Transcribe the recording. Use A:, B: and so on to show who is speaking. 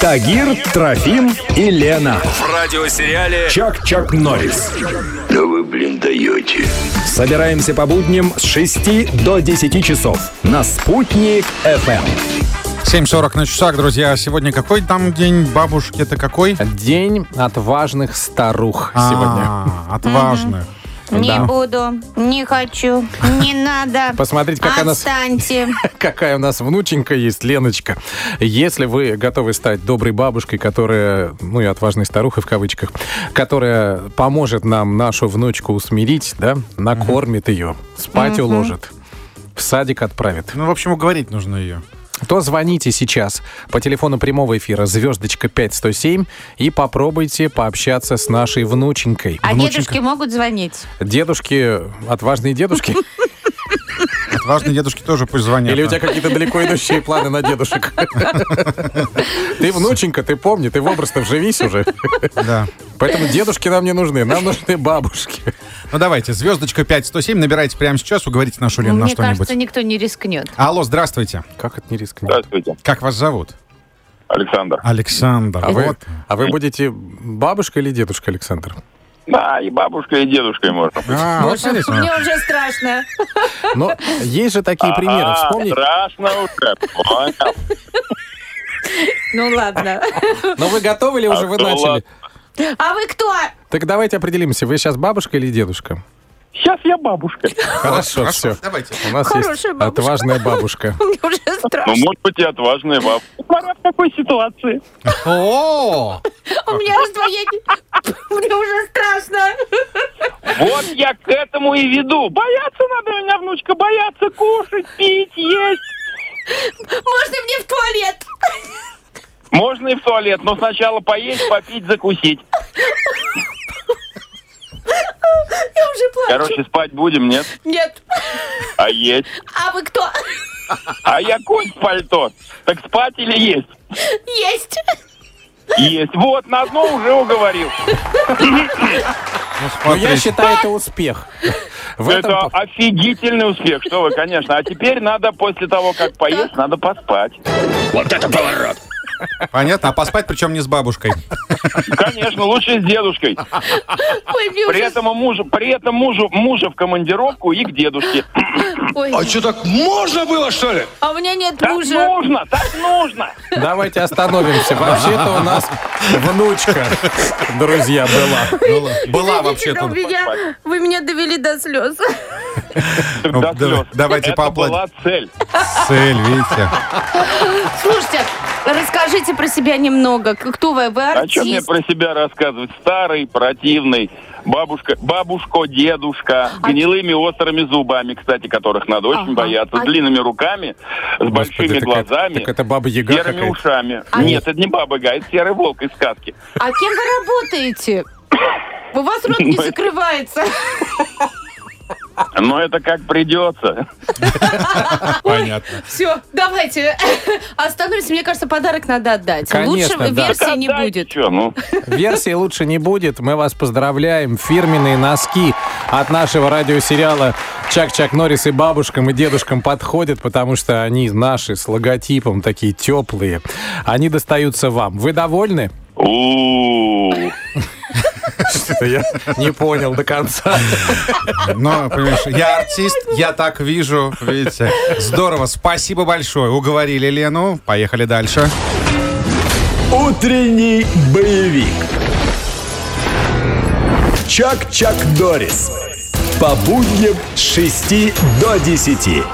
A: Тагир, Трофим и Лена.
B: В радиосериале
A: Чак-Чак Норрис.
C: Да вы, блин, даете.
A: Собираемся по будням с 6 до 10 часов на «Спутник Эм». ФМ».
D: 7.40 на часах, друзья. Сегодня какой там день бабушки-то какой?
E: День отважных старух сегодня.
D: А, Отважных.
F: Не
E: Да.
F: буду, не хочу, не надо.
E: Посмотрите, как она с-
F: Отстаньте.
E: Какая у нас внученька есть, Леночка. Если вы готовы стать доброй бабушкой, которая, ну и отважной старухой в кавычках, которая поможет нам нашу внучку усмирить, да, накормит ее, спать уложит, в садик отправит,
D: Ну, в общем, уговорить нужно ее.
E: то звоните сейчас по телефону прямого эфира звездочка 5107 и попробуйте пообщаться с нашей внученькой.
F: А
D: Внученька.
F: дедушки могут звонить?
E: Дедушки, отважные дедушки?
D: Отважные дедушки тоже пусть звонят.
E: Или у тебя какие-то далеко идущие планы на дедушек? Ты внученька, ты помни, ты в образ-то вживись уже.
D: Да.
E: Поэтому дедушки нам не нужны, нам нужны бабушки.
D: Ну, давайте, звездочка 5107, набирайте прямо сейчас, уговорите нашу Лену на
F: Мне
D: что-нибудь.
F: кажется, никто не рискнет.
D: Алло, здравствуйте.
E: Как это не рискнет?
G: Здравствуйте,
D: Как вас зовут?
G: Александр.
D: Александр.
E: А вы,
D: Вот.
E: а вы будете бабушка или дедушка, Александр?
G: Да, и бабушка, и дедушка можно.
D: А, вот смотрите.
F: Мне уже страшно.
E: Но Ну, есть же такие примеры.
G: А,
E: Вспомните.
G: страшно уже. Понял.
F: Ну ладно.
E: Но вы готовы ли уже? Вы
G: ну
E: начали.
G: ладно.
F: А вы кто?
E: Так давайте определимся, вы сейчас бабушка или дедушка?
G: Сейчас я бабушка.
E: Хорошо, все.
D: Давайте.
E: У нас есть
F: Хорошая бабушка.
E: отважная бабушка.
F: Мне уже
G: Ну,
F: страшно.
G: может быть, и отважная бабушка.
H: Пора в такой ситуации.
E: Ну,
D: О!
F: У меня раздвоение. Мне уже страшно.
H: Вот я к этому и веду. Бояться надо меня, внучка, бояться кушать, пить, есть.
F: Можно мне в туалет?
H: Можно и в туалет, но сначала поесть, попить, закусить.
F: Я уже плачу.
G: Короче, спать будем, нет?
F: Нет.
G: А есть.
F: А вы кто?
G: А я конь в пальто. Так спать или есть?
F: Есть.
G: Есть. Вот, на одно уже уговорил.
E: Ну, я считаю, это успех. В
G: Это
E: этом...
G: офигительный успех, что вы, конечно. А теперь надо после того, как поесть, надо поспать.
D: Понятно, а поспать причем не с бабушкой.
G: Конечно, лучше с дедушкой.
F: Ой, мне
G: При
F: уже...
G: этом, у мужа, при этом мужу, мужа в командировку и к дедушке.
F: Ой,
C: что, так можно было, что ли?
F: а у меня нет
G: Так
F: мужа.
G: нужно, так нужно.
E: Давайте остановимся. Вообще-то у нас внучка, друзья, была.
D: Была
F: Видите,
D: вообще-то.
F: но у меня- Вы меня довели до слез.
G: Так
D: Ну,
G: до
D: да-
G: слез.
D: давайте
G: Это
D: поаплодим.
G: была цель.
D: Цель, видите.
F: Слушайте, расскажите про себя немного. К- Кто вы? Вы
G: А что мне
F: артист?
G: про себя рассказывать? Старый, противный, бабушка, бабушко, дедушка, с
F: А-
G: гнилыми острыми зубами, кстати, которых надо очень
F: Ага.
G: бояться, с
F: А-
G: длинными руками, с большими
E: так это-
G: глазами,
E: так это Баба
G: с
E: Яга
G: серыми
E: какая-то.
G: ушами.
F: А-
G: Нет, это не баба Яга, это серый волк из сказки.
F: А кем вы работаете? У вас рот не закрывается. А-
G: Но это как придется.
D: Понятно.
F: Все, давайте. Остановимся. Мне кажется, подарок надо отдать.
E: Конечно,
F: Лучше
E: да.
F: версии не
G: Отдайте
F: будет.
G: чё, ну.
E: Версии лучше не будет. Мы вас поздравляем. Фирменные носки от нашего радиосериала «Чак-Чак Норрис» и бабушкам, и дедушкам подходят, потому что они наши, с логотипом, такие теплые. Они достаются вам. Вы довольны?
G: У-у-у.
E: Я не понял до конца.
D: Но, понимаешь, я артист, я так вижу, видите. Здорово, спасибо большое. Уговорили Лену, поехали дальше.
A: Утренний боевик. Чак-Чак Дорис. По будням с 6 до 10.